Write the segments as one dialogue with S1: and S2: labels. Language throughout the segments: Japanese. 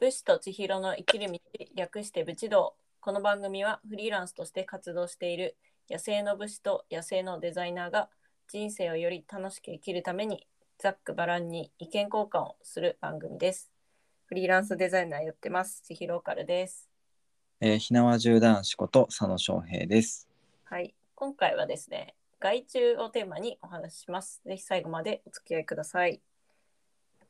S1: 武士と千尋の生きる道略して武士道この番組はフリーランスとして活動している野生の武士と野生のデザイナーが人生をより楽しく生きるためにざっくばらんに意見交換をする番組ですフリーランスデザイナーやってます千尋オカルです
S2: えー、ひなわ縦男子こと佐野翔平です。
S1: はい今回はですね害虫をテーマにお話ししますぜひ最後までお付き合いください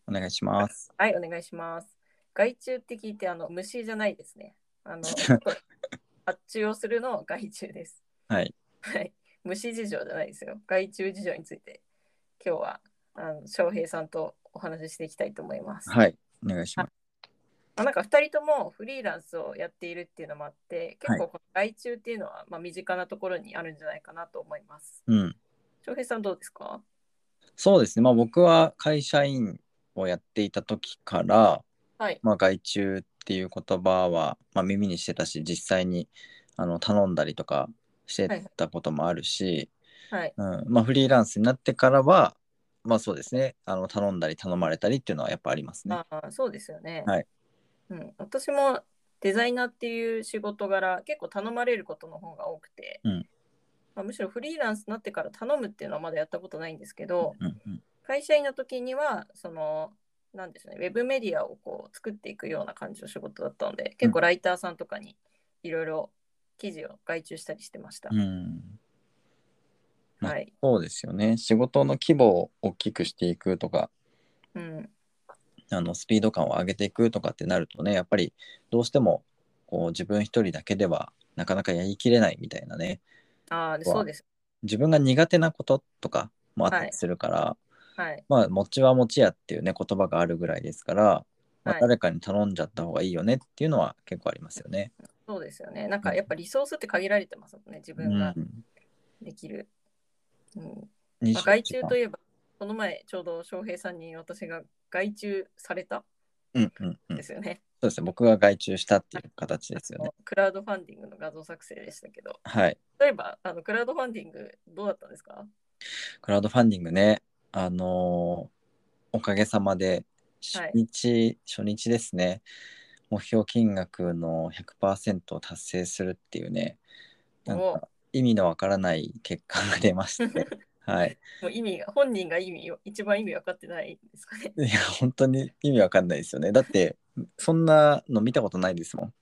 S2: お願いします。
S1: はい、お願いします。害虫って聞いて、あの虫じゃないですね。 あの発注をするのを害虫です。
S2: はい。
S1: はい、虫事情じゃないですよ。害虫事情について、今日はあの翔平さんとお話ししていきたいと思います。
S2: はい。お願いします。
S1: まあ、なんか2人ともフリーランスをやっているっていうのもあって、結構この害虫っていうのは、まあ、身近なところにあるんじゃないかなと思います。
S2: うん。
S1: 翔平さんどうですか
S2: そうですね。まあ僕は会社員をやっていた時から、
S1: はい。
S2: まあ外注っていう言葉は、まあ、耳にしてたし、実際にあの頼んだりとかしてたこともあるし、
S1: はい。
S2: うん。まあフリーランスになってからは、まあそうですね。あの頼んだり頼まれたりっていうのはやっぱありますね。
S1: ああ、そうですよね。
S2: はい
S1: うん、私もデザイナーっていう仕事柄結構頼まれることの方が多くて、
S2: うん
S1: まあ、むしろフリーランスになってから頼むっていうのはまだやったことないんですけど
S2: うんうん。
S1: 会社員の時にはそのなんでしょうねウェブメディアをこう作っていくような感じの仕事だったので結構ライターさんとかにいろいろ記事を外注したりしてました。
S2: うん。うん
S1: はい
S2: そうですよね。仕事の規模を大きくしていくとか、
S1: うん
S2: あのスピード感を上げていくとかってなるとねやっぱりどうしてもこう自分一人だけではなかなかやりきれないみたいなね
S1: ああでそうです。
S2: 自分が苦手なこととかもあったりするから、
S1: はい。
S2: まあ持ちは持ちやっていうね言葉があるぐらいですから、まあ
S1: はい
S2: 誰かに頼んじゃった方がいいよねっていうのは結構ありますよね。
S1: そうですよね。なんかやっぱリソースって限られてますもんね。自分が
S2: うん
S1: できる。うん、
S2: 20
S1: まあ、害虫と
S2: 時
S1: いえば、この前ちょうど翔平さんに私が害虫された
S2: 間うんうんうん
S1: んですよね。
S2: そうですね僕が外注したっていう形ですよね。
S1: クラウドファンディングの画像作成でしたけど、
S2: はい
S1: 例えばあのクラウドファンディングどうだったんですか
S2: クラウドファンディングね、あのーおかげさまで、初
S1: はい
S2: 日、初日ですね、目標金額の100%を達成するっていうね、なん
S1: お
S2: か意味のわからない結果が出 まして、はい。
S1: もう意味が本人が意味を一番意味分かってないんですかね。
S2: いや、本当に意味わかんないですよね。だって、そんなの見たことないですもん。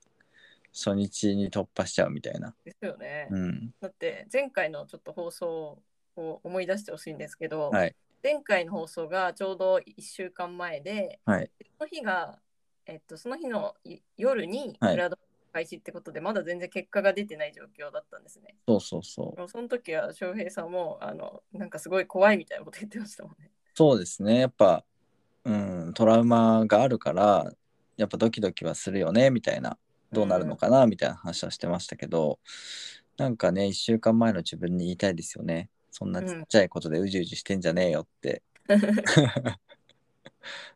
S2: 初日に突破しちゃうみたいな。
S1: ですよね。
S2: うん。
S1: だって前回のちょっと放送を思い出してほしいんですけど、
S2: はい
S1: 前回の放送がちょうど1週間前で、
S2: はい
S1: その日が、えっと、その日のい夜に
S2: はい
S1: クラウド開始ってことで、まだ全然結果が出てない状況だったんですね。
S2: そうそうそう。
S1: もうその時は翔平さんもあのなんかすごい怖いみたいなこと言ってましたもんね。
S2: そうですね。やっぱ、うん、トラウマがあるから、やっぱドキドキはするよね、みたいな、どうなるのかな、みたいな話はしてましたけど、なんかね、1週間前の自分に言いたいですよね。そんなちっちゃいことでうじうじしてんじゃねえ よって。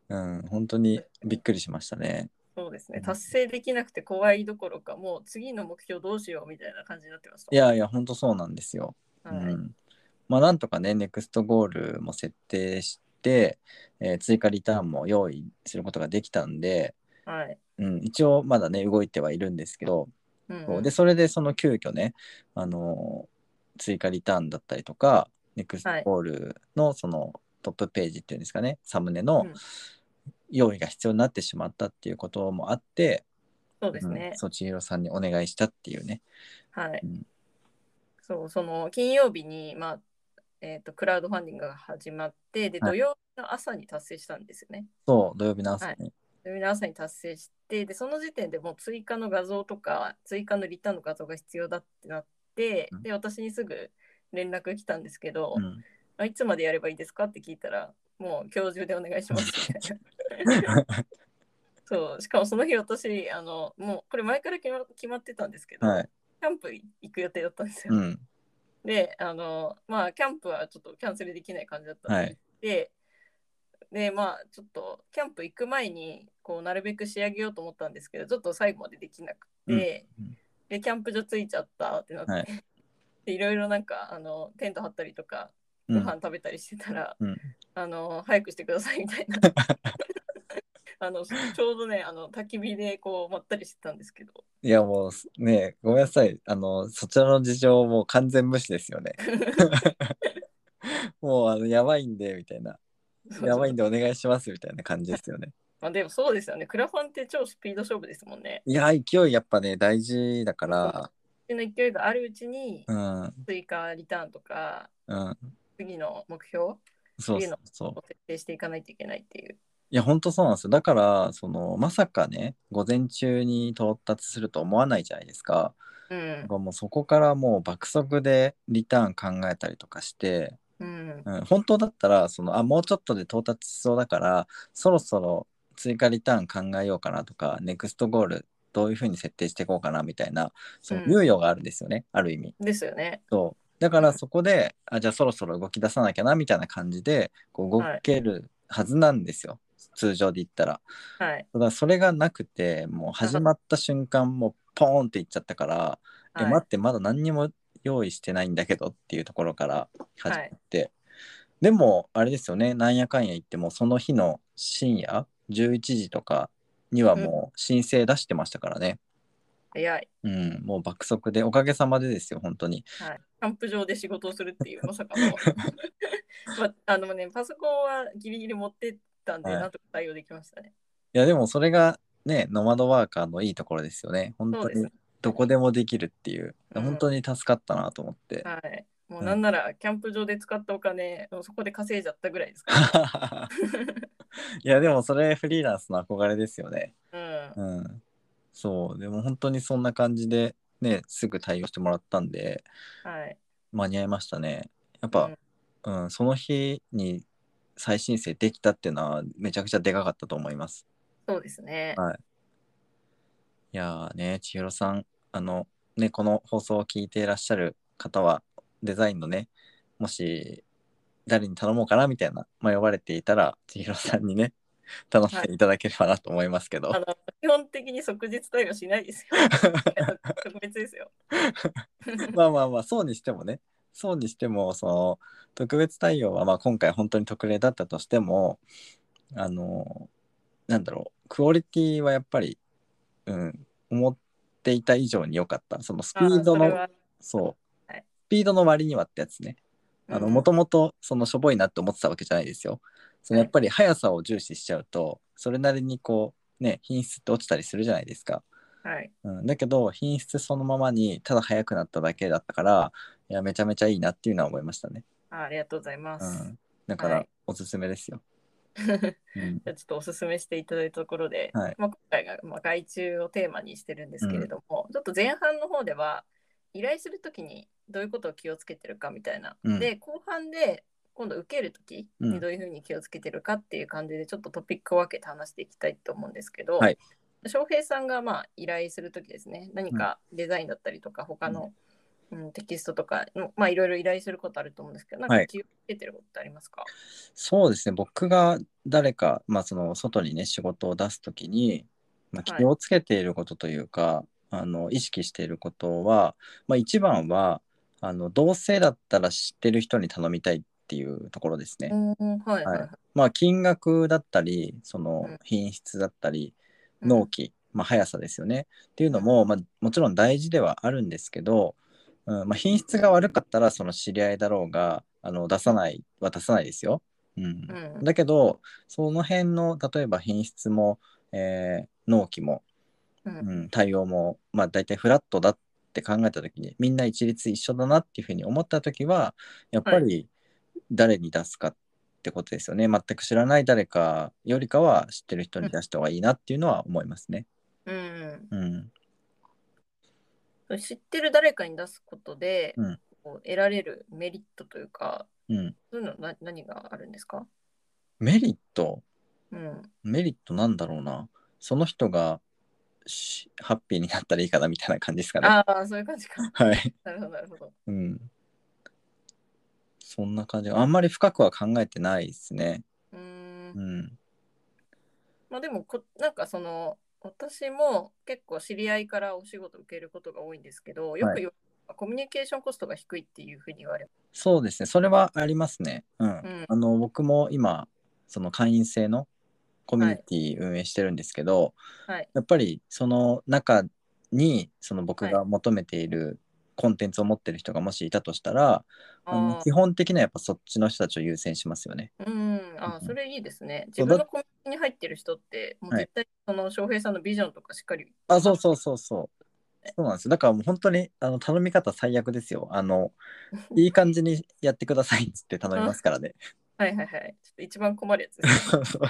S2: うん、本当にびっくりしましたね。
S1: そうです
S2: う
S1: ね
S2: ん
S1: 達成できなくて怖いどころかもう次の目標どうしようみたいな感じになってました
S2: いやいや、本当そうなんですよ。
S1: もん、
S2: う
S1: はい
S2: ん、まあなんとかねネクストゴールも設定して、えー追加リターンも用意することができたんで、
S1: はい
S2: うん、一応まだね動いてはいるんですけど、
S1: うん
S2: こ
S1: う
S2: うんでそれでその急遽ねあのー追加リターンだったりとかネクストゴールのそのトップページっていうんですかねサムネの
S1: うん
S2: 用意が必要になってしまったっていうこともあって、
S1: そうです
S2: うん
S1: ね、、
S2: そちひろさんにお願いしたっていうね
S1: はい、
S2: うん
S1: そうその金曜日に、まあえー、とクラウドファンディングが始まってで
S2: は
S1: 土曜日の朝に達成したんですよね。
S2: そう土曜日の朝に、
S1: 土曜日の朝に達成してでその時点でもう追加の画像とか追加のリターンの画像が必要だってなって
S2: うん
S1: で私にすぐ連絡来たんですけど、
S2: うん、
S1: あいつまでやればいいですかって聞いたら、もう今日中でお願いします みたいな。そう、しかもその日私、あの、もうこれ前から決ま決まってたんですけど、
S2: はい、
S1: キャンプ行く予定だったんですよ。
S2: うん、
S1: で、あの、まあ、キャンプはちょっとキャンセルできない感じだったんで、
S2: はい
S1: で、で、まあ、ちょっとキャンプ行く前に、こう、なるべく仕上げようと思ったんですけど、ちょっと最後までできなくて、
S2: うんうん
S1: で、キャンプ場着いちゃったってなって、
S2: はい
S1: い、 で、いろいろなんか、あの、テント張ったりとか、
S2: う
S1: ご
S2: ん
S1: 飯食べたりしてたら、
S2: うん
S1: あの早くしてくださいみたいなあのちょうどねあの焚き火でこうまったりしてたんですけど
S2: いやもうねごめんなさいあのそちらの事情もう完全無視ですよねもうあのやばいんでみたいな やばいんでお願いしますみたいな感じですよね
S1: まあでもそうですよねクラファンって超スピード勝負ですもんね
S2: いや勢いやっぱね大事だから
S1: 手の勢いがあるうちに
S2: うん
S1: 追加リターンとか
S2: うん
S1: 次の目標
S2: そうそうそう
S1: を設定していかないといけないっていう
S2: いや、本当そうなんですよ。だから、その、まさかね、午前中に到達すると思わないじゃないですか。
S1: うん
S2: だからもうそこからもう爆速でリターン考えたりとかして、
S1: うん
S2: うん、本当だったら、その、あ、もうちょっとで到達しそうだから、そろそろ追加リターン考えようかなとか、ネクストゴールどういうふうに設定していこうかなみたいな、その
S1: うん
S2: 猶予があるんですよね、ある意味。
S1: ですよね
S2: そう。だからそこで、あ、じゃあそろそろ動き出さなきゃな、みたいな感じで、こう動
S1: はい
S2: けるはずなんですよ。通常で言ったら。
S1: はい
S2: ただそれがなくて、もう始まった瞬間、もうポーンっていっちゃったから、
S1: はい
S2: え、待って、まだ何にも用意してないんだけどっていうところから始まって。でも、あれですよね、なんやかんや言っても、その日の深夜、11時とかにはもう申請出してましたからね。
S1: 早い、
S2: うん、もう爆速で、おかげさまでですよ、本当に。
S1: はい、キャンプ場で仕事をするっていう まさかの、 まあのねパソコンはギリギリ持ってったんで、
S2: はい
S1: なんとか対応できましたね
S2: いやでもそれがねノマドワーカーのいいところですよね本
S1: そ
S2: 当
S1: うです
S2: にどこでもできるっていう、
S1: うん
S2: 本当に助かったなと思って、
S1: はいもううんなんならキャンプ場で使ったお金をそこで稼いじゃったぐらいですか
S2: いやでもそれフリーランスの憧れですよね
S1: ら、うん、
S2: うんそうでも本当にそんな感じでねすぐ対応してもらったんで
S1: はい
S2: 間に合いましたねやっぱ、うんその日に再申請できたっていうのはめちゃくちゃでかかったと思います
S1: そうですね
S2: はいいやーね、千尋さん、あの、ね、この放送を聞いていらっしゃる方は、デザインのね、もし、誰に頼もうかなみたいな、まあ、呼ばれていたら、千尋さんにね、頼んでいただければなと思いますけど、
S1: あの基本的に即日対応しないです よ特別ですよ
S2: まあまあまあ、そうにしてもね、そうにしても、その、特別対応は、まあ、今回本当に特例だったとしても、あの、なんだろう、クオリティはやっぱり、うん、思っていた以上に良かった。そのスピード
S1: あ
S2: の
S1: それは
S2: そう。
S1: はい
S2: スピードの割にはってやつね。あの、
S1: うん
S2: もともとそのしょぼいなって思ってたわけじゃないですよ。その
S1: は
S2: や
S1: い
S2: っぱり速さを重視しちゃうと、それなりにこう、ね、品質って落ちたりするじゃないですか。
S1: はい
S2: うん、だけど、品質そのままに、ただ速くなっただけだったから、いや、めちゃめちゃいいなっていうのは思いましたね。
S1: あありがとうございま
S2: う
S1: す、
S2: ん。だから、
S1: はい
S2: おすすめです よ。うん。
S1: じゃあちょっとおすすめしていただいたところで、
S2: はい
S1: まあ、今回が、まあ、外注をテーマにしてるんですけれども、ちょっと前半の方では依頼するときにどういうことを気をつけてるかみたいな、
S2: うん
S1: で後半で今度受けるとき
S2: うん
S1: にどういうふうに気をつけてるかっていう感じでちょっとトピックを分けて話していきたいと思うんですけど、
S2: はい
S1: 翔平さんがまあ依頼するときですね何かデザインだったりとか他の、うん、テキストとかのまあいろいろ依頼することあると思うんですけどなん
S2: は
S1: か
S2: い
S1: 気をつけてることってありますか、
S2: そうですね、僕が誰か、まあ、その外にね、仕事を出すときに、まあ、
S1: はい
S2: 気をつけていることというか、あの意識していることは、まあ、一番はあの、同性だったら知ってる人に頼みたいっていうところですね。
S1: うんはいはいはい
S2: はまあ、金額だったり、その
S1: うん
S2: 品質だった
S1: う
S2: り、
S1: ん
S2: 納期、まあ、速さですよね。っていうのも、まあ、もちろん大事ではあるんですけど、うんまあ、品質が悪かったら、その知り合いだろうが、あの出さないは出さないですよ。うん
S1: うん
S2: だけど、その辺の、例えば品質も、えー納期も、
S1: うん
S2: うん、対応も、まあ、大体フラットだって考えた時にみんな一律一緒だなっていうふうに思った時はやっぱり誰に出すかってことですよね、全く知らない誰かよりかは知ってる人に出した方がいいなっていうのは思いますね。
S1: うん
S2: うん、
S1: うん、知ってる誰かに出すことで、
S2: うん
S1: こう得られるメリットというか
S2: うん、
S1: そういうのな何があるんですか、
S2: メリット
S1: うん、
S2: メリットなんだろうなその人がしハッピーになったらいいかなみたいな感じですかね。
S1: ああそういう感じか
S2: はい、
S1: なるほどなるほど
S2: うん、そんな感じあんまり深くは考えてないですね。
S1: うー
S2: うんん、
S1: まあでもこなんかその私も結構知り合いからお仕事受けることが多いんですけどよく言われるのはコミュニケーションコストが低いっていうふうに言われま
S2: そうですね、それはありますね。うん。
S1: ん
S2: あの僕も今、その会員制のコミュニティ運営してるんですけど、
S1: はい
S2: やっぱりその中にその僕
S1: は
S2: が求めているコンテンツを持ってる人がもしいたとしたら、あの
S1: あ
S2: 基本的にはやっぱそっちの人たちを優先しますよね。
S1: ーうん、あ
S2: う
S1: ー
S2: ん
S1: それいいですね。
S2: そ
S1: 自
S2: う
S1: 分
S2: だ
S1: のコミュニティに入ってる人って、もう
S2: はい
S1: 絶対その翔平さんのビジョンとかしっかり。
S2: あそうそうそうそう。そうなんですよだからもう本当にあの頼み方最悪ですよ。あのいい感じにやってくださいっつって頼みま すからね。
S1: はいはいはい。ちょっと一番困るやつですね。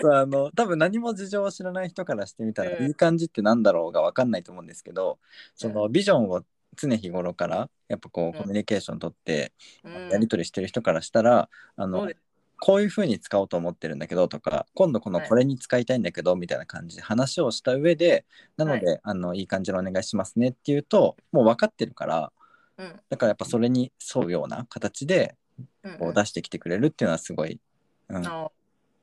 S2: そうあの多分何も事情を知らない人からしてみたら、
S1: うん
S2: いい感じってなんだろうが分かんないと思うんですけどそのビジョンを常日頃からやっぱこ
S1: ん
S2: うコミュニケーション取って、
S1: うん
S2: やり取りしてる人からしたらあ
S1: そう
S2: の
S1: です
S2: こういう風に使おうと思ってるんだけどとか今度この
S1: はい
S2: これに使いたいんだけどみたいな感じで話をした上でなので、、
S1: はい
S2: あのいい感じのお願いしますねって言うともう分かってるから
S1: うん
S2: だからやっぱそれに沿うような形で
S1: うん
S2: こ
S1: う。
S2: うん出してきてくれるっていうのはすごい、うん、
S1: あ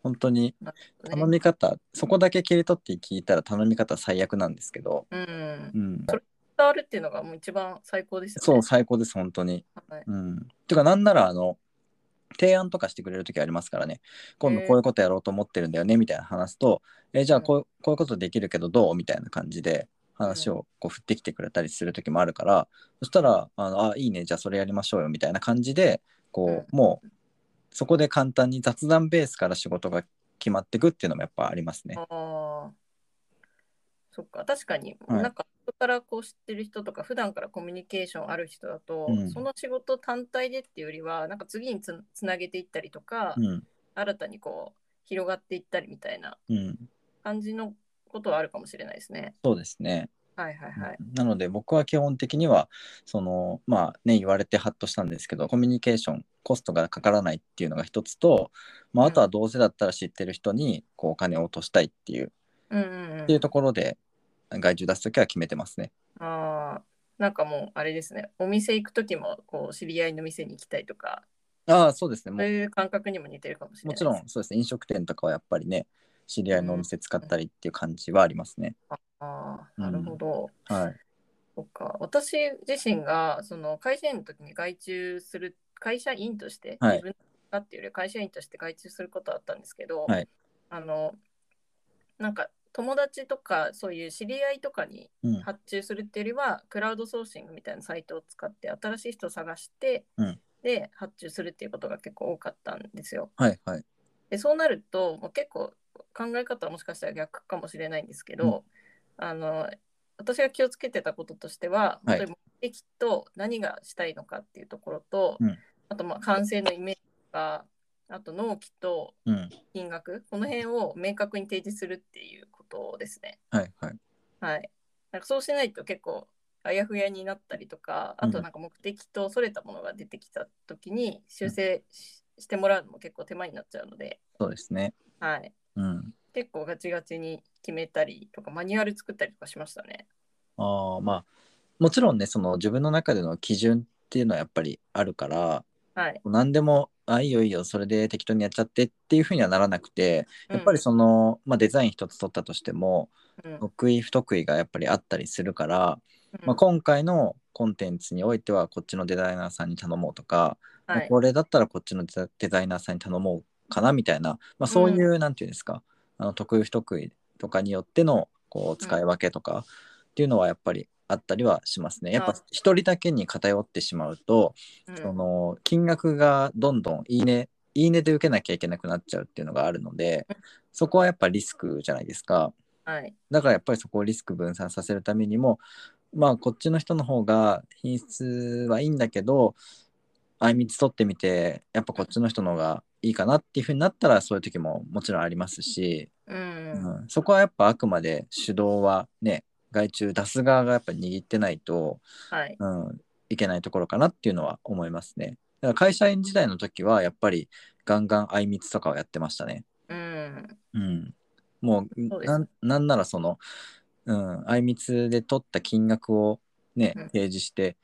S2: 本当に
S1: ー
S2: 頼み方、そこだけ切り取って聞いたら頼み方最悪なんですけど、
S1: うん。
S2: うん、
S1: 伝わるっていうのがもう一番最高ですよ
S2: そ
S1: ね。
S2: う最高です本当に。
S1: はい
S2: うん、てかなんならあの提案とかしてくれる時ありますからね今度こういうことやろうと思ってるんだよねみたいな話すと、えじゃあこうこういうことできるけどどうみたいな感じで話をこう振ってきてくれたりする時もあるから、そしたらあのあいいねじゃあそれやりましょうよみたいな感じでこう、もうそこで簡単に雑談ベースから仕事が決まってくっていうのもやっぱありますね。
S1: ああ、そっか、確かに、
S2: はい
S1: なんか人からこう知ってる人とか、普段からコミュニケーションある人だと、
S2: うん
S1: その仕事単体でっていうよりは、なんか次につつなげていったりとか、
S2: うん
S1: 新たにこう広がっていったりみたいな
S2: うん、
S1: 感じのことはあるかもしれないですね。
S2: そうですね。
S1: はいはいはい。
S2: なので僕は基本的にはそのまあね言われてハッとしたんですけどコミュニケーションコストがかからないっていうのが一つと、まあ、
S1: うん
S2: あとはどうせだったら知ってる人にこうお金を落としたいっていう,、
S1: うんうん
S2: って
S1: う
S2: い
S1: ん
S2: うところで外注出す時は決めてますね。
S1: あーなんかもうあれですね、お店行くときもこう知り合いの店に行きたいとか、
S2: ああそうですね
S1: そう
S2: も
S1: いう感覚にも似てるかもしれな
S2: も
S1: いで
S2: ち
S1: す。
S2: ろんそうですね飲食店とかはやっぱりね知り合いのお店使ったりっていう感じはありますね。
S1: あー
S2: う
S1: なんるほど。
S2: はい、
S1: そっか私自身がその会社員の時に外注する会社員として
S2: はい
S1: 自分がっていうより会社員として外注することはあったんですけど、
S2: はい
S1: あのなんか友達とかそういう知り合いとかに
S2: うん
S1: 発注するっていうよりは、クラウドソーシングみたいなサイトを使って新しい人を探して、
S2: うん
S1: で発注するっていうことが結構多かったんですよ。
S2: はいはい
S1: でそうなるともう結構考え方はもしかしたら逆かもしれないんですけど、あの私が気をつけてたこととしては、
S2: は
S1: 本
S2: い
S1: 当に目的と何がしたいのかっていうところと、
S2: うん
S1: あとまあ完成のイメージとかあと納期と
S2: うん
S1: 金額この辺を明確に提示するっていうことですね。
S2: はいはい
S1: はい、なんかそうしないと結構あやふやになったりとかあとなんか目的とそれたものが出てきた時に修正し,、してもらうのも結構手間になっちゃうので、
S2: そうですね。
S1: はい、
S2: うん、
S1: 結構ガチガチに決めたりとかマニュアル作ったりとかしましたね。
S2: あーまあもちろんねその自分の中での基準っていうのはやっぱりあるから
S1: はい。
S2: 何でもあいいよいいよそれで適当にやっちゃってっていうふうにはならなくてやっぱり
S1: そ
S2: その、まあ、デザイン一つ取ったとしても
S1: うん、うん
S2: 得意不得意がやっぱりあったりするから、まあ、今回のコンテンツにおいてはこっちのデザイナーさんに頼もうとか、ま
S1: は
S2: あ
S1: い。
S2: これだったらこっちのデザデザイナーさんに頼もうかなみたいな、まあ、そういう、なんていうんですかあの得意不得意とかによってのこう使い分けとかっていうのはやっぱりあったりはしますね。やっぱ
S1: あ
S2: 一人だけに偏ってしまうと、
S1: うん
S2: その金額がどんどんいいねいいねで受けなきゃいけなくなっちゃうっていうのがあるのでそこはやっぱリスクじゃないですか
S1: はい。
S2: だからやっぱりそこをリスク分散させるためにもまあこっちの人の方が品質はいいんだけどあいみつ取ってみてやっぱこっちの人の方がいいかなっていうふうになったらそういう時ももちろんありますし、
S1: う。
S2: うんん、そこはやっぱあくまで手動はね外注出す側がやっぱ握ってないと、
S1: はい。
S2: うん、いけないところかなっていうのは思いますね。だから会社員時代の時はやっぱりガンガンあいみつとかをやってましたね。
S1: うん。
S2: うん、もう
S1: そうです
S2: なんなんならその、うん、あいみつで取った金額をね
S1: うん
S2: 提示して、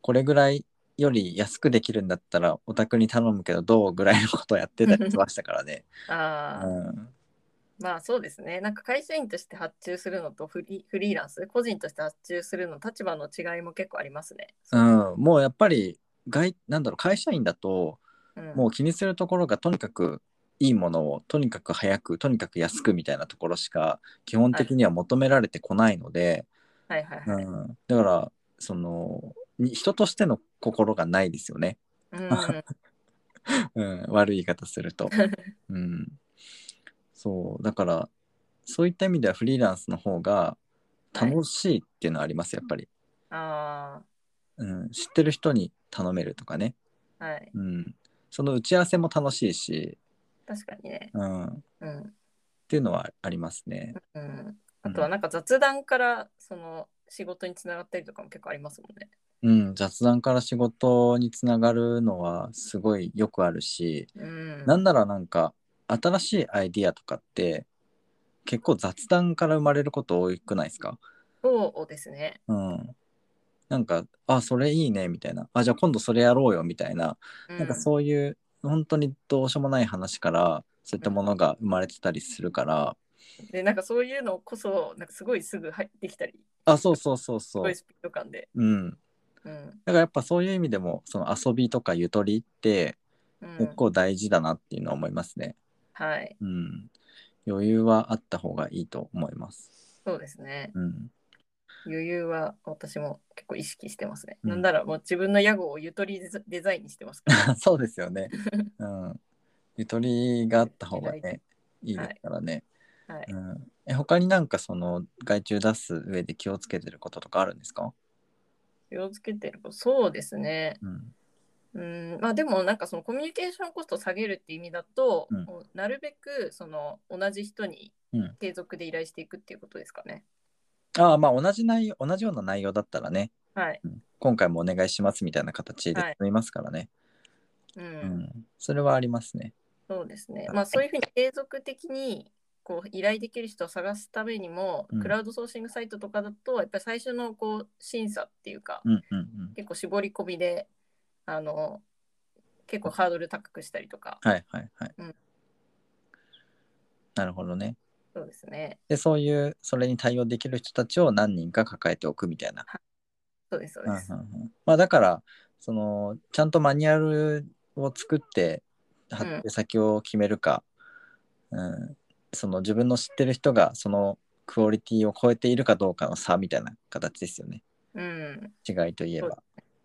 S2: これぐらいより安くできるんだったらお宅に頼むけどどうぐらいのことをやってたりしましたからね。
S1: ああ、
S2: うん、
S1: まあそうですね。なんか会社員として発注するのとフリーフリーランス、個人として発注するの立場の違いも結構ありますね。
S2: うん、もうやっぱり外なんだろう会社員だと
S1: うん
S2: もう気にするところがとにかくいいものをとにかく早くとにかく安くみたいなところしか基本的には求められてこないので、
S1: はいはいはい。
S2: うん、だからそのに人としての心がないですよね、
S1: うん、
S2: うん、悪い言い方す ると。うん、そうだからそういった意味ではフリーランスの方が楽しいっていうのはありますやっぱり、
S1: あ
S2: うん、知ってる人に頼めるとかね、
S1: あ、はい。
S2: うん、その打ち合わせも楽しいし、
S1: 確かにね。
S2: うん、っ
S1: うん。
S2: ていうのはありますね。
S1: うん、あとはなんか雑談からその仕事につながったりとかも結構ありますもんね。
S2: うん、雑談から仕事につながるのはすごいよくあるし、
S1: うん。
S2: なんならなんか新しいアイディアとかって結構雑談から生まれること多くないですか
S1: そうですね。
S2: うん。なんか、あ、それいいね、みたいな。あ、じゃあ今度それやろうよ、みたいな。
S1: うん、
S2: なんかそういう、本当にどうしようもない話から、そういったものが生まれてたりするから、
S1: でなんかそういうのこそなんかすごいすぐ入ってきたり
S2: あ、そうそうそう
S1: す
S2: そ
S1: ご
S2: う
S1: い。スピード感で。
S2: うん。だ
S1: うん
S2: からやっぱそういう意味でも、その遊びとかゆとりって、
S1: うん
S2: 結構大事だなっていうのは思いますね。
S1: はい
S2: うん。余裕はあった方がいいと思います。
S1: そうですね
S2: うん。
S1: 余裕は私も結構意識してますね。
S2: うん
S1: なんならもう自分の屋号をゆとりデザデザインにしてますから。
S2: そうですよね。うん。ゆとりがあった方がね、いいですからね。
S1: はい、
S2: うん、え他になんかその害虫出す上で気をつけてることとかあるんですか、
S1: 気をつけてることそうですね。
S2: うん
S1: うんまあでもなんかそのコミュニケーションコストを下げるって意味だと、
S2: うん
S1: もうなるべくその同じ人に
S2: うん
S1: 継続で依頼していくっていうことですかね。
S2: ああまあ同じ内容同じような内容だったらね、
S1: はい。
S2: うん今回もお願いしますみたいな形で
S1: はい
S2: 済みますからね、
S1: うん。
S2: うん、それはありますね。
S1: そうですね。まあそういうふうに継続的にこう依頼できる人を探すためにも、
S2: うん
S1: クラウドソーシングサイトとかだと、やっぱり最初のこう審査っていうか、
S2: うんうんうん、
S1: 結構絞り込みで、あの、結構ハードル高くしたりとか、
S2: はいはいはい。
S1: うん
S2: なるほどね。
S1: そうですね。
S2: でそういうそれに対応できる人たちを何人か抱えておくみたいな。
S1: そうです、そう
S2: うんう
S1: です。
S2: んうんまあだからそのちゃんとマニュアルを作って発注先を決めるか、うんその自分の知ってる人がそのクオリティを超えているかどうかの差みたいな形ですよね
S1: うん。
S2: 違いといえ
S1: そ
S2: ば。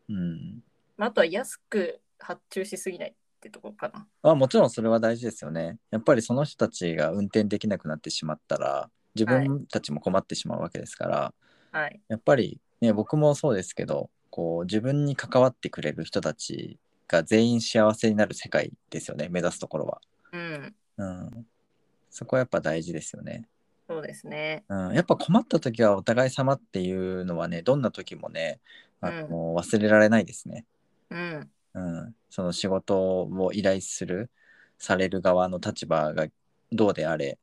S2: うん
S1: まあ、あとは安く発注しすぎないってとこかな。
S2: まあ、もちろんそれは大事ですよね。やっぱりその人たちが運転できなくなってしまったら自分たちも困ってしまうわけですから、
S1: はい。
S2: やっぱりね僕もそうですけどこう自分に関わってくれる人たちが全員幸せになる世界ですよね目指すところは、
S1: うん、
S2: うん、そこはやっぱ大事ですよね、
S1: そうですね。
S2: うん、やっぱ困った時はお互い様っていうのはねどんな時もねあの、
S1: う
S2: 忘れられないですね、
S1: うん、
S2: うん、その仕事を依頼するされる側の立場がどうであれ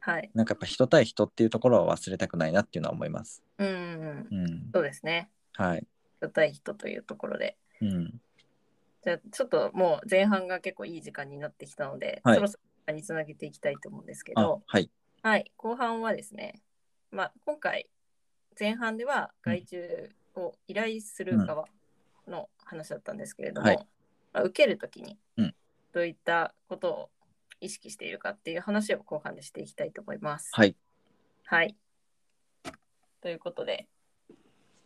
S1: はい。
S2: なんかやっぱ人対人っていうところは忘れたくないなっていうのは思います、
S1: うんうん、
S2: うん、
S1: そうですね。
S2: はい、
S1: 人対人というところで。
S2: うん、
S1: じゃあ、ちょっともう前半が結構いい時間になってきたので、
S2: はい
S1: そろそろにつなげていきたいと思うんですけ
S2: あ
S1: ど、
S2: はい
S1: はい、後半はですね、まあ、今回、前半では外注を依頼する側の話だったんですけれども、
S2: はい
S1: まあ、受けるときに
S2: うん
S1: どういったことを意識しているかっていう話を後半でしていきたいと思います。
S2: はい
S1: はい。ということで、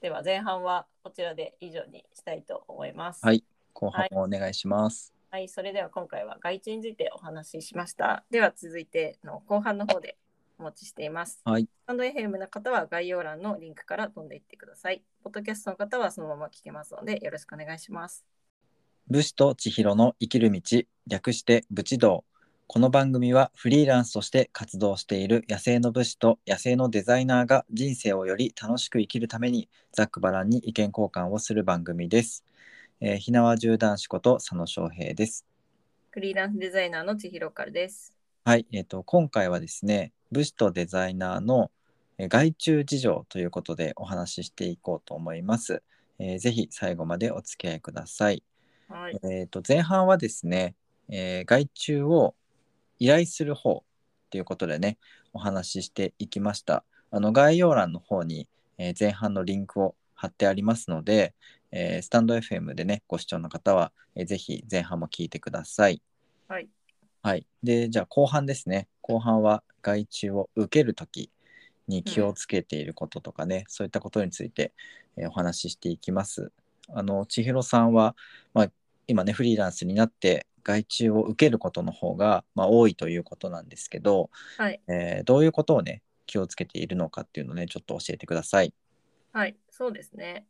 S1: では前半はこちらで以上にしたいと思います。
S2: はい後半もお願いします。
S1: はい、それでは今回は外注についてお話ししました。では続いての後半の方でお待ちしています。
S2: はい
S1: スタンド FM の方は概要欄のリンクから飛んでいってください。ポッドキャストの方はそのまま聞けますのでよろしくお願いします。
S2: 武士と千尋の生きる道、略して武士道。この番組はフリーランスとして活動している野生の武士と野生のデザイナーが人生をより楽しく生きるためにざっくばらんに意見交換をする番組です。えー、ひなわ縦男子こと佐野翔平です。
S1: フリーランスデザイナーの千尋からです。
S2: はい、えっ、と今回はですね、武士とデザイナーのえー外注事情ということでお話ししていこうと思います。えーぜひ最後までお付き合いください。
S1: はい。
S2: えー、と前半はですね、えー外注を依頼する方ということでねお話ししていきましたあの概要欄の方に、えー前半のリンクを貼ってありますので、えースタンド FM でねご視聴の方は、えーぜひ前半も聞いてください
S1: はい。
S2: はい。で、じゃあ後半ですね。後半は外注を受けるときに気をつけていることとかね、そういったことについて、えーお話ししていきます。あの、千尋さんは、まあ、今ね、フリーランスになって、外注を受けることの方が、まあ、多いということなんですけど、
S1: はい
S2: えーどういうことをね、気をつけているのかっていうのをね、ちょっと教えてください。
S1: はい、そうですね。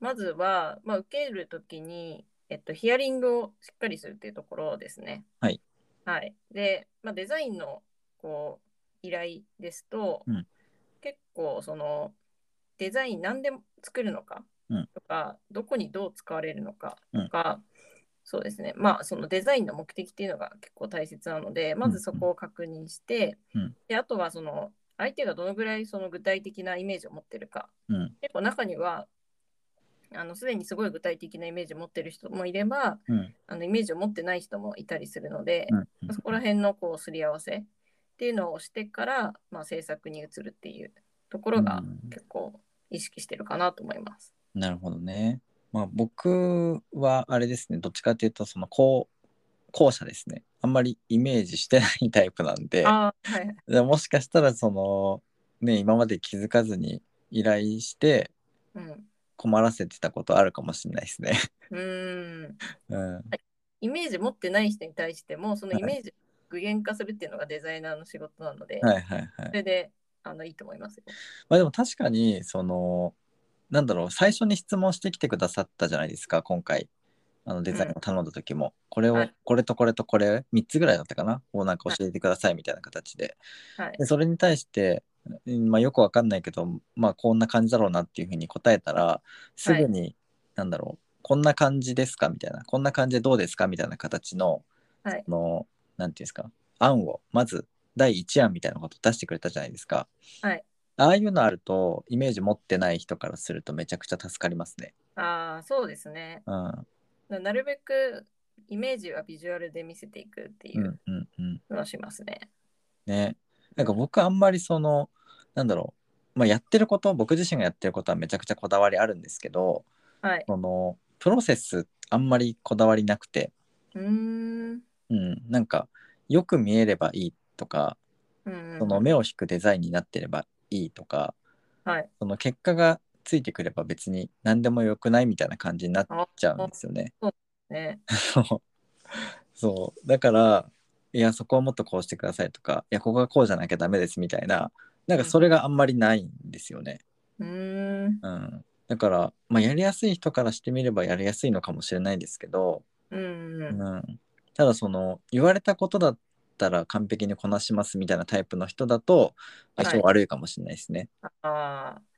S1: まずは、まあ、受けるときに、えっと、ヒアリングをしっかりするっていうところですね。
S2: はい。
S1: はい、で、まあ、デザインのこう依頼ですと、
S2: うん
S1: 結構そのデザイン何でも作るのか
S2: うん
S1: とか、どこにどう使われるのかとか、そうですね、まあそのデザインの目的っていうのが結構大切なので、まずそこを確認して、
S2: うん
S1: であとはその相手がどのぐらいその具体的なイメージを持ってるか
S2: うん。
S1: 結構中にはあのすでにすごい具体的なイメージを持ってる人もいれば
S2: うん。
S1: あのイメージを持ってない人もいたりするので、
S2: うん。
S1: そこら辺のこうすり合わせっていうのをしてから、まあ、制作に移るっていうところが
S2: うん
S1: 結構意識してるかなと思います。
S2: なるほどね。まあ僕はあれですね、どっちかというとその後後者ですね。あんまりイメージしてないタイプなんで、
S1: あーはいはい
S2: でもしかしたらそのね、今まで気づかずに依頼して
S1: うん
S2: 困らせてたことあるかもしれないですね。
S1: うーん
S2: うん、
S1: イメージ持ってない人に対してもその
S2: はい
S1: イメージを具現化するっていうのがデザイナーの仕事なので、
S2: はいはいは
S1: そ
S2: い。
S1: れであのいいと思いますよ。
S2: まあでも確かにそのなんだろう最初に質問してきてくださったじゃないですか今回あのデザインを頼んだ時も、これを、
S1: はい
S2: これとこれとこれ3つぐらいだったかなをなんか教えてくださいみたいな形で、
S1: はい
S2: でそれに対して、うんまあ、よくわかんないけど、まあ、こんな感じだろうなっていうふうに答えたらすぐに、なんだろうこんな感じですかみたいなこんな感じでどうですかみたいな形の,、
S1: はい
S2: そのなんていうんですか案をまず第1案みたいなこと出してくれたじゃないですか。
S1: はい
S2: ああいうのあるとイメージ持ってない人からするとめちゃくちゃ助かりますね。
S1: ああそうですね。
S2: うん、う
S1: ななるべくイメージはビジュアルで見せていくってい
S2: ん
S1: う
S2: うんうん
S1: のをしますね。
S2: ね。なんか僕あんまりそのなんだろう、まあ、やってること僕自身がやってることはめちゃくちゃこだわりあるんですけど、
S1: はい。
S2: そのプロセスあんまりこだわりなくて、
S1: うーん。
S2: うん、なんかよく見えればいいとか
S1: うん、
S2: その目を引くデザインになってればいいとか
S1: はい。
S2: その結果がついてくれば別に何でもよくないみたいな感じになっちゃうんですよね。
S1: ね。
S2: そうそうだからいやそこはもっとこうしてくださいとかいやここがこうじゃなきゃダメですみたいななんかそれがあんまりないんですよね。
S1: うーん。
S2: うん、だから、まあ、やりやすい人からしてみればやりやすいのかもしれないですけど、
S1: うん。うん
S2: うん、ただその言われたことだったら完璧にこなしますみたいなタイプの人だと相性
S1: はい
S2: 悪いかもしれないですね。
S1: あー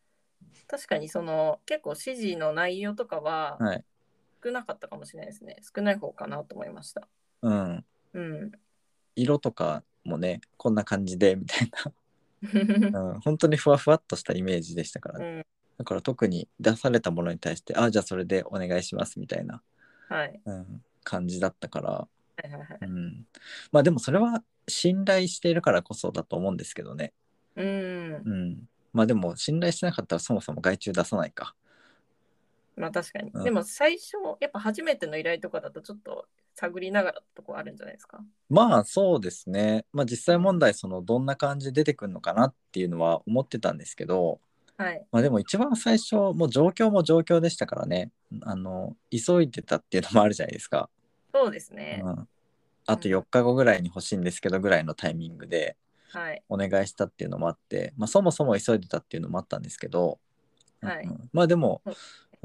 S1: 確かにその結構指示の内容とかは
S2: はい。
S1: 少なかったかもしれないですね。少ない方かなと思いました。
S2: うん。
S1: うん。
S2: 色とかもねこんな感じでみたいな、 うん、本当にふわふわっとしたイメージでしたから、
S1: う
S2: ね、
S1: ん、
S2: だから特に出されたものに対してあじゃあそれでお願いしますみたいな、
S1: はい。
S2: うん、感じだったから、
S1: はいはいは
S2: う
S1: い。
S2: ん、まあでもそれは信頼しているからこそだと思うんですけどね、
S1: うん。
S2: うん、まあでも信頼してなかったらそもそも外注出さないか。
S1: まあ確かに
S2: うん。
S1: でも最初、やっぱ初めての依頼とかだとちょっと探りながらってとこあるんじゃないですか。
S2: まあそうですね。まあ実際問題そのどんな感じで出てくるのかなっていうのは思ってたんですけど、
S1: はい。
S2: まあでも一番最初もう状況も状況でしたからね。あの急いでたっていうのもあるじゃないですか。
S1: そうです
S2: う
S1: ね。
S2: ん、あと4日後ぐらいに欲しいんですけどぐらいのタイミングで
S1: はい。
S2: お願いしたっていうのもあって、まあそもそも急いでたっていうのもあったんですけど、
S1: はい
S2: うんまあでも
S1: そう、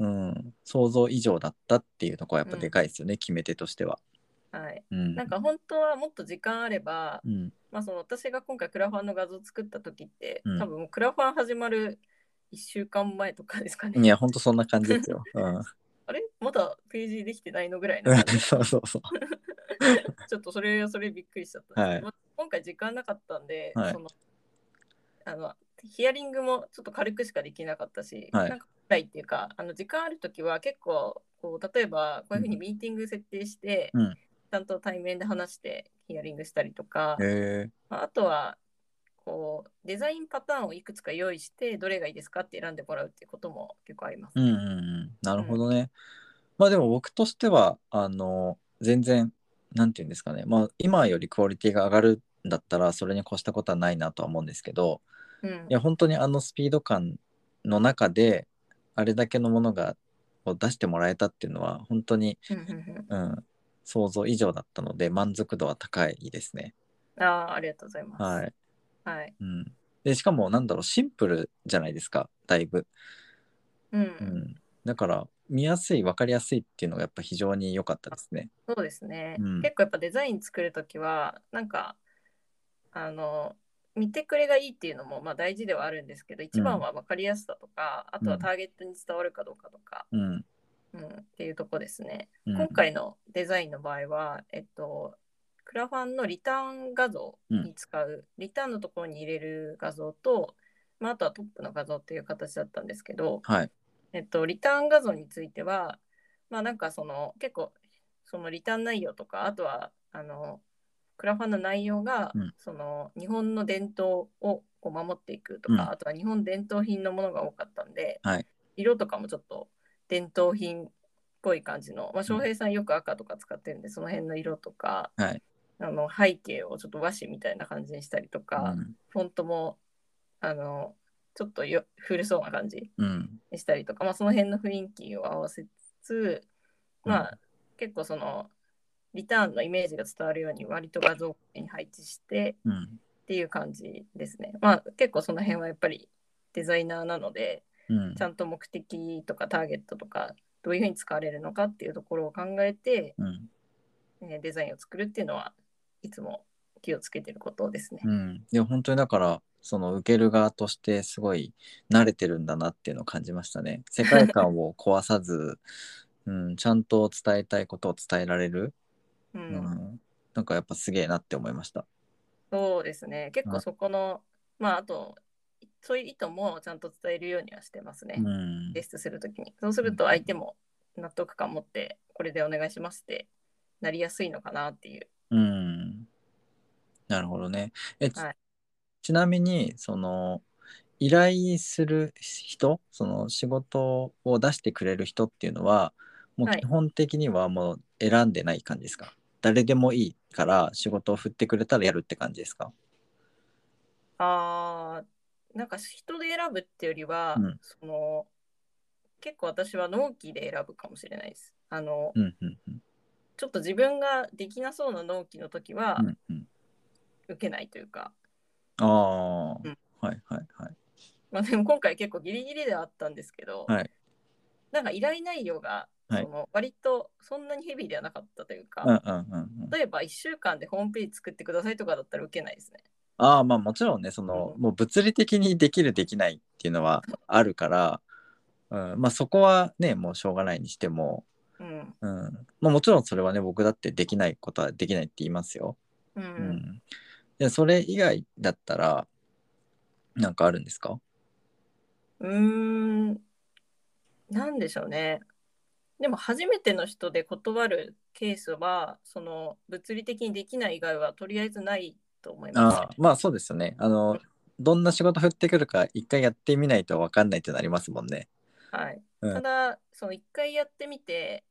S2: うん、想像以上だったっていうところはやっぱでかいですよね、決め手としては。
S1: はい。
S2: うん、
S1: なんか本当はもっと時間あれば、
S2: うん、
S1: まあ、その私が今回クラファンの画像作った時って、
S2: うん
S1: 多分もうクラファン始まる1週間前とかですかね。
S2: いやほんとそんな感じですよ。うん
S1: あれまだページできてないのぐらいの
S2: う
S1: 感
S2: ん
S1: じ
S2: そうそうそう。
S1: ちょっとそれはそれびっくりしちゃったんですけど、まあ今回時間なかったんで、
S2: はい
S1: そのあのヒアリングもちょっと軽くしかできなかったし、
S2: はい
S1: なんか辛いっていうかあの時間ある時は結構こう例えばこういうふうに
S2: うん
S1: ミーティング設定して、
S2: うん
S1: ちゃんと対面で話してヒアリングしたりと か、
S2: へえ。
S1: まああとはこうデザインパターンをいくつか用意してどれがいいですかって選んでもらうっていうことも結構あります。
S2: うんうんうん。なるほどね。まあでも僕としては、あの、全然、なんていうんですかね、まあ、今よりクオリティが上がるんだったらそれに越したことはないなとは思うんですけど
S1: うん
S2: いや本当にあのスピード感の中であれだけのものがを出してもらえたっていうのは本当に、
S1: うんうん
S2: うん、想像以上だったので満足度は高いですね。
S1: うんああありがとうございます。
S2: はい
S1: はい。
S2: うん、でしかもなんだろうシンプルじゃないですかだいぶ、
S1: うん
S2: うん、だから見やすい分かりやすいっていうのがやっぱ非常に良かったですね。
S1: そうですね、
S2: うん
S1: 結構やっぱデザイン作るときはなんかあの見てくれがいいっていうのもまあ大事ではあるんですけど一番は分かりやすさとか、あとはターゲットに伝わるかどうかとか、
S2: うん
S1: うん、っていうとこですね。
S2: うん、
S1: 今回のデザインの場合は、えっと、クラファンのリターン画像に使う、リターンのところに入れる画像と、まあ、あとはトップの画像っていう形だったんですけど、
S2: はい、
S1: えっと、リターン画像については、まあなんかその結構そのリターン内容とかあとはあのクラファンの内容が、
S2: うん
S1: その日本の伝統をこう守っていくとか、
S2: うん
S1: あとは日本伝統品のものが多かったんで、
S2: はい
S1: 色とかもちょっと伝統品っぽい感じの、まあ、
S2: ん
S1: 翔平さんよく赤とか使ってるんでその辺の色とか、
S2: はい
S1: あの背景をちょっと和紙みたいな感じにしたりとか、
S2: うん
S1: フォントもあのちょっとよ古そうな感じ
S2: うん
S1: したりとか、まあ、その辺の雰囲気を合わせつつ、まあ、結構そのリターンのイメージが伝わるように割と画像に配置して
S2: うん
S1: っていう感じですね。まあ、結構その辺はやっぱりデザイナーなので
S2: うん
S1: ちゃんと目的とかターゲットとかどういうふうに使われるのかっていうところを考えて、
S2: うん
S1: えーデザインを作るっていうのはいつも気をつけてることですね。
S2: うん、いや本当にだからその受ける側としてすごい慣れてるんだなっていうのを感じまし たね。世界観を壊さず、うん、ちゃんと伝えたいことを伝えられる、
S1: う
S2: うんん、なんかやっぱすげえなって思いました。
S1: そうですね結
S2: は
S1: 構
S2: い
S1: そこの、まああとそういう意図もちゃんと伝えるようにはしてますね。
S2: うん
S1: テストするときに。そうすると相手も納得感持って、これでお願いしますってなりやすいのかなっていう。
S2: うん。なるほどね。え、ち
S1: はい
S2: ちなみに、その、依頼する人、その仕事を出してくれる人っていうのは、もう
S1: はい
S2: 基本的にはもう選んでない感じですか、誰でもいいから仕事を振ってくれたらやるって感じですか
S1: あーなんか人で選ぶっていうよりは、
S2: うん
S1: その結構私は納期で選ぶかもしれないです。あの、
S2: うんうんうん
S1: ちょっと自分ができなそうな納期の時は
S2: うんうん。
S1: 受けないというか、
S2: ああ、は
S1: う
S2: い
S1: ん
S2: はいはい。
S1: まあでも今回結構ギリギリではあったんですけど、
S2: はい
S1: なんか依頼内容がそ
S2: はい
S1: の割とそんなにヘビーではなかったというか、
S2: うんうんうんうん。
S1: 例えば1週間でホームページ作ってくださいとかだったら受けないですね。
S2: ああまあもちろんねその、
S1: うん
S2: もう物理的にできるできないっていうのはあるから、うん、まあそこはねもうしょうがないにしても、
S1: うん
S2: うんまあ、もちろんそれはね僕だってできないことはできないって言いますよ。
S1: う、
S2: うんでそれ以外だったらなんかあるんですか
S1: うーん、なんでしょうね。でも初めての人で断るケースはその物理的にできない以外はとりあえずないと思います。
S2: ああまあそうですよね。あのどんな仕事降ってくるか一回やってみないと分かんないってなりますもんね。
S1: はい、
S2: うん
S1: ただその一回やってみて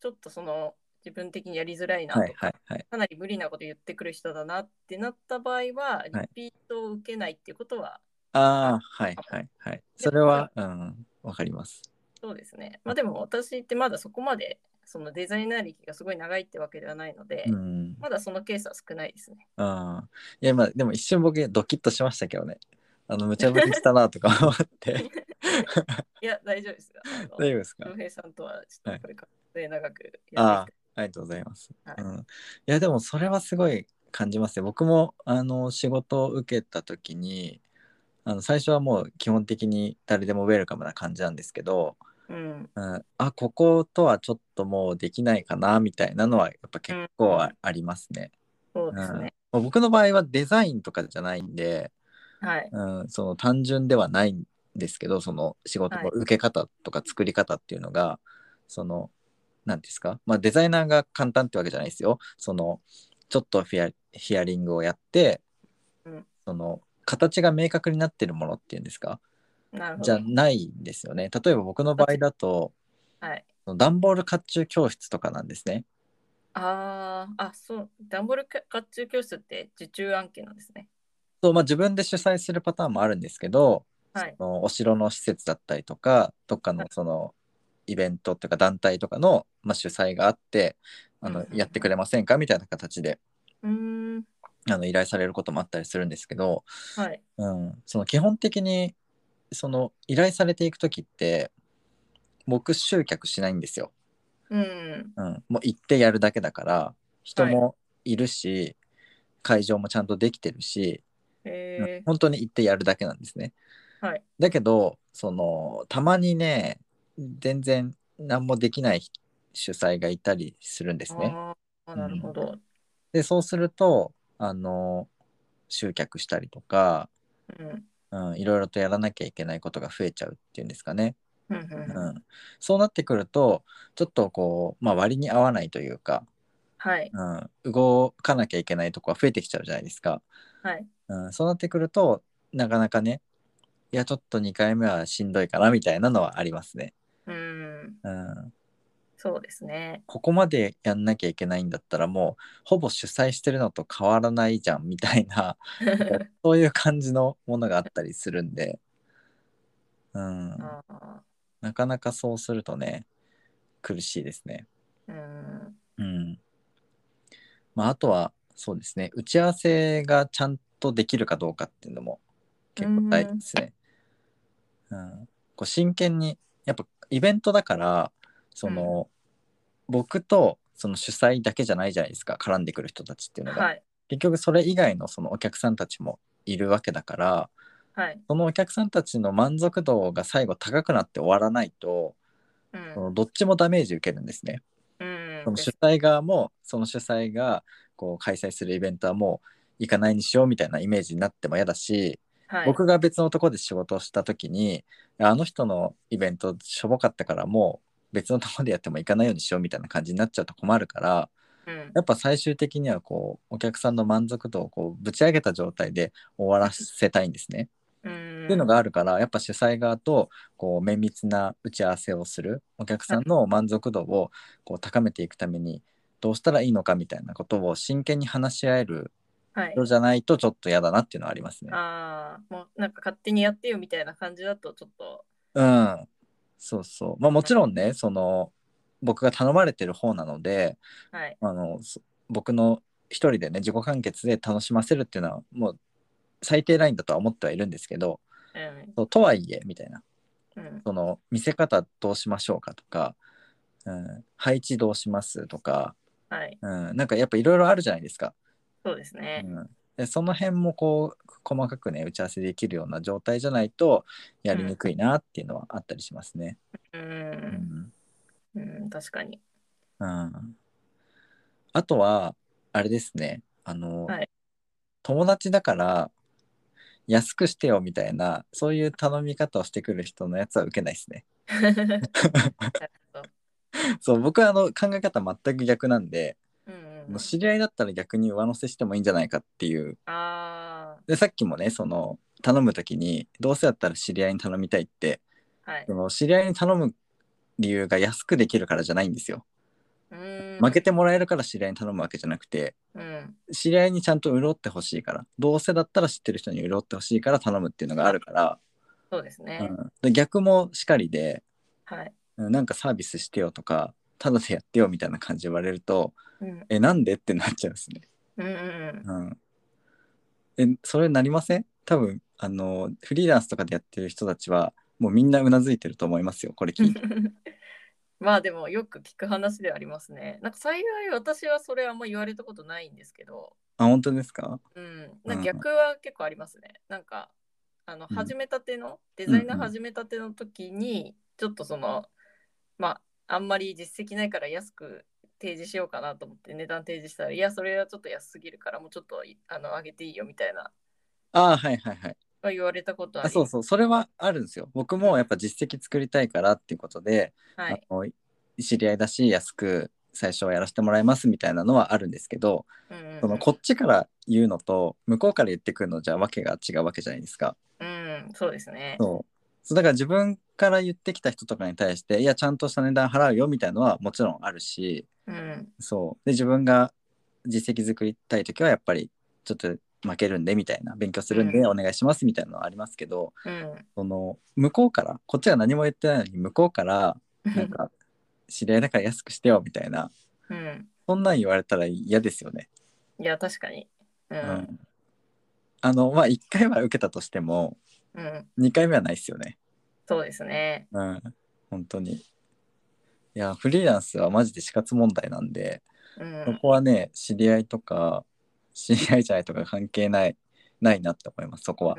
S1: ちょっとその自分的にやりづらいなとか、
S2: はいはいはい。
S1: かなり無理なこと言ってくる人だなってなった場合はリ
S2: はい
S1: ピートを受けないっていうことは
S2: ああはいはいはい。それはうんわかります。
S1: そうですね。まあでも私ってまだそこまでそのデザイナー歴がすごい長いってわけではないので、
S2: うん
S1: まだそのケースは少ないですね。
S2: ああ。いや、まあ、でも一瞬僕、ドキッとしましたけどね。あの、無茶ぶりしたなとか 思って。
S1: いや、大丈夫ですよ。あの
S2: 大丈夫ですか
S1: 翔平さんとはちょっとこれから末長くや
S2: あ
S1: っ
S2: あ、ありがとうございます。
S1: はい
S2: うん、いや、でもそれはすごい感じますね。僕も、あの、仕事を受けた時に、あの、最初はもう基本的に誰でもウェルカムな感じなんですけど、
S1: ていくうん
S2: うん、あ、こことはちょっともうできないかな、みたいなのは、やっぱ結構あありますね。
S1: そうですね。
S2: まあ僕の場合はデザインとかじゃないんで、
S1: はい。
S2: うん、その単純ではないんですけどその仕事の
S1: はい
S2: 受け方とか作り方っていうのが、その何ですか、まあ、デザイナーが簡単ってわけじゃないですよそのちょっとフィアヒアリングをやって、
S1: うん
S2: その形が明確になってるものっていうんですか
S1: なるほ
S2: じゃ
S1: ど。
S2: ないんですよね例えば僕の場合だと
S1: はい。
S2: その段ボール甲冑教室とかなんですね。
S1: ああ、あ、そう、ダンボールか学習教室って受注案件なんですね。
S2: そうまあ、自分で主催するパターンもあるんですけど、
S1: はい。
S2: そのお城の施設だったりとかどっかのそのイベントとか団体とかの、まあ、主催があってあ
S1: うん
S2: の
S1: うんうん
S2: やってくれませんかみたいな形で
S1: うーん、
S2: あの依頼されることもあったりするんですけど、
S1: はい。
S2: うん、その基本的にその依頼されていく時って僕集客しないんですよ。
S1: うん、
S2: うん、もう行ってやるだけだから人もいるし、会場もちゃんとできてるし、うん
S1: え
S2: 本当に行ってやるだけなんですね。
S1: ー、はい。
S2: だけどそのたまにね全然何もできない主催がいたりするんですね。
S1: ああ、なるほど。
S2: でそうするとあの集客したりとか、
S1: うん、
S2: うん、いろいろとやらなきゃいけないことが増えちゃうっていうんですかね。
S1: うん、うん
S2: う
S1: うん、
S2: ん、そうなってくるとちょっとこう、まあ、割に合わないというか、
S1: はい、
S2: うん、動かなきゃいけないとこが増えてきちゃうじゃないですか。
S1: はい。
S2: うん、そうなってくるとなかなかねいやちょっと2回目はしんどいかなみたいなのはありますね。
S1: うん、
S2: うん
S1: そうですね。
S2: ここまでやんなきゃいけないんだったらもうほぼ主催してるのと変わらないじゃんみたいな そういう感じのものがあったりするんで、うん、
S1: あ あ、
S2: なかなかそうするとね苦しいですね。
S1: うん、
S2: うんまあ、あとはそうですね打ち合わせがちゃんとできるかどうかっていうのも結構大事ですね。うん、こう真剣にやっぱイベントだからその、僕とその主催だけじゃないじゃないですか絡んでくる人たちっていうのが、
S1: はい、
S2: 結局それ以外のそのお客さんたちもいるわけだから
S1: はい、
S2: そのお客さんたちの満足度が最後高くなって終わらないと、
S1: う
S2: そ
S1: ん、
S2: のどっちもダメージ受けるんですね。
S1: うん、
S2: その
S1: で
S2: 主
S1: す
S2: 催側もその主催がこう開催するイベントはもう行かないにしようみたいなイメージになっても嫌だし、
S1: はい、
S2: 僕が別のところで仕事をした時にあの人のイベントしょぼかったからもう別のところでやっても行かないようにしようみたいな感じになっちゃうと困るから
S1: うん、
S2: やっぱ最終的にはこうお客さんの満足度をこうぶち上げた状態で終わらせたいんですね。
S1: うん、
S2: っていうのがあるからやっぱ主催側とこう綿密な打ち合わせをするお客さんの満足度をこう高めていくためにどうしたらいいのかみたいなことを真剣に話し合える
S1: はい。
S2: 人じゃないとちょっと嫌だなっていうのはありますね。
S1: ああ、もうなんか勝手にやってよみたいな感じだとちょっと。
S2: うん、そうそうまあもちろんねその僕が頼まれてる方なので
S1: はい。
S2: あのそ僕の一人でね自己完結で楽しませるっていうのはもう最低ラインだとは思ってはいるんですけど
S1: うん。
S2: そうとはいえみたいな。
S1: うん。
S2: その見せ方どうしましょうかとか、うん、配置どうしますとか、
S1: はい。
S2: うん、なんかやっぱいろいろあるじゃないですか、
S1: そうです
S2: う
S1: ね。
S2: ん、でその辺もこう細かくね打ち合わせできるような状態じゃないとやりにくいなっていうのはあったりしますね。
S1: う。
S2: うんん
S1: うん、確か に。
S2: うん、あとはあれですねあの、
S1: はい
S2: 友達だから安くしてよみたいなそういう頼み方をしてくる人のやつは受けないですね。
S1: なるほど。
S2: そう僕はあの考え方全く逆なんで、
S1: うんうん
S2: もう知り合いだったら逆に上乗せしてもいいんじゃないかっていう
S1: あ
S2: でさっきもねその頼む時にどうせだったら知り合いに頼みたいって
S1: あ、はい
S2: そ。の知り合いに頼む理由が安くできるからじゃないんですよ
S1: うん。
S2: 負けてもらえるから知り合いに頼むわけじゃなくて
S1: うん。
S2: 知り合いにちゃんと潤ってほしいからどうせだったら知ってる人に潤ってほしいから頼むっていうのがあるから、
S1: そうですね。
S2: うんで逆もしかりで
S1: はい。
S2: うんなんかサービスしてよとかただでやってよみたいな感じで言われると
S1: うん。
S2: えなんでってなっちゃうんですね
S1: うんうん
S2: うん。え、それなりません多分、あの、フリーランスとかでやってる人たちは、もうみんなうなずいてると思いますよ、これ
S1: う
S2: 聞いて。
S1: ん。まあでもよく聞く話ではありますね。なんか幸い私はそれあんま言われたことないんですけど、
S2: あ、本当ですか
S1: うん、なんか逆は結構ありますね。なんかあの
S2: うん
S1: 始めたての、デザイナー
S2: うんうん
S1: 始めたての時にちょっとそのまああんまり実績ないから安く提示しようかなと思って値段提示したらいやそれはちょっと安すぎるからもうちょっといあの上げていいよみたいな、
S2: あはいはいはい。
S1: まあ、言われたことあ
S2: あ
S1: り
S2: そうそう、それはあるんですよ。僕もやっぱ実績作りたいからっていうことで、
S1: はい
S2: あの知り合いだし、安く最初はやらせてもらいますみたいなのはあるんですけど、
S1: うんうんうん
S2: そのこっちから言うのと、向こうから言ってくるのじゃわけが違うわけじゃないですか。
S1: うんそうですね
S2: そうそうだから自分から言ってきた人とかに対していやちゃんとした値段払うよみたいのはもちろんあるし、
S1: うん。
S2: そう。で、自分が実績作りたいときは、やっぱり、ちょっと負けるんで、みたいな、勉強するんで、
S1: う
S2: お願いします、みたいなのはありますけど、
S1: うん。
S2: その、向こうから、こっちは何も言ってないのに、向こうから、なんか、知り合いだから安くしてよ、みたいな、
S1: うん。
S2: そんなん言われたら嫌ですよね。
S1: いや、確かに。う。
S2: うんん。あの、まあ、1回は受けたとしても、
S1: うん。
S2: 2回目はないですよね。
S1: そうですね。
S2: うん。本当に。いや、フリーランスはマジで死活問題なんで、
S1: う
S2: そ
S1: ん。
S2: こはね、知り合いとか、知り合いじゃないとか関係ない、ないなって思います、そこは。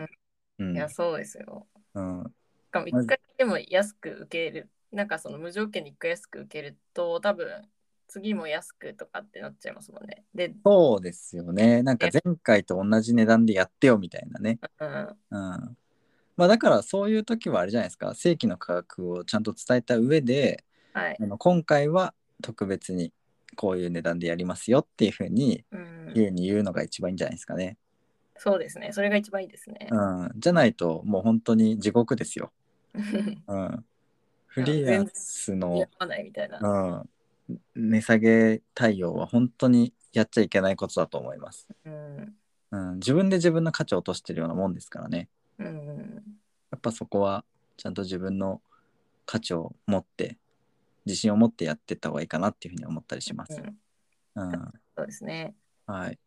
S2: うん
S1: い。や、そうですよ。
S2: うん。
S1: しかも一回でも安く受ける、なんかその無条件に一回安く受けると、多分次も安くとかってなっちゃいますもんね。で、
S2: そうですよね。なんか前回と同じ値段でやってよみたいなね。
S1: うん、
S2: うん。まあだからそういう時はあれじゃないですか。正規の価格をちゃんと伝えた上で、
S1: はい。
S2: あの今回は特別にこういう値段でやりますよっていうふうに、
S1: うん、
S2: 家に言うのが一番いいんじゃないですかね。
S1: そうですね。それが一番いいですね。
S2: うん。じゃないともう本当に地獄ですよ。 うん。フリーランスの。
S1: 似合わないみたいな。
S2: うん、値下げ対応は本当にやっちゃいけないことだと思います、
S1: うん、
S2: うん。自分で自分の価値を落としてるようなもんですからね。
S1: うん、
S2: やっぱそこはちゃんと自分の価値を持って自信を持ってやってった方がいいかなっていうふうに思ったりしま
S1: う
S2: す。
S1: ん、
S2: うん、
S1: そうですね。
S2: はい。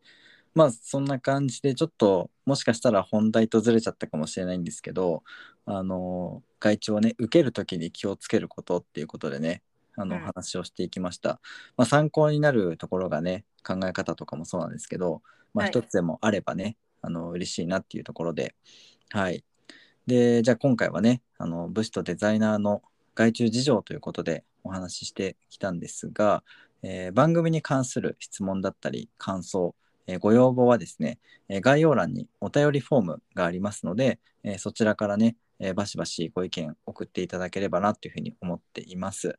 S2: まあそんな感じでちょっともしかしたら本題とずれちゃったかもしれないんですけど、あの外注をね受ける時に気をつけることっていうことでねあの
S1: うん
S2: 話をしていきました、まあ、参考になるところがね考え方とかもそうなんですけど、まあ、
S1: はい
S2: 一つでもあればね、あの嬉しいなっていうところではいでじゃあ今回はねあの武士とデザイナーの外注事情ということでお話ししてきたんですが、えー番組に関する質問だったり感想、えーご要望はですね、えー概要欄にお便りフォームがありますので、えーそちらからね、えーバシバシご意見送っていただければなというふうに思っています。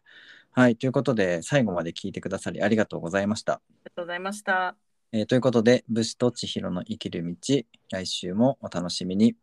S2: はい、ということで最後まで聞いてくださりありがとうございました。
S1: ありがとうございました。
S2: えーということで、武士と千尋の生きる道、来週もお楽しみに。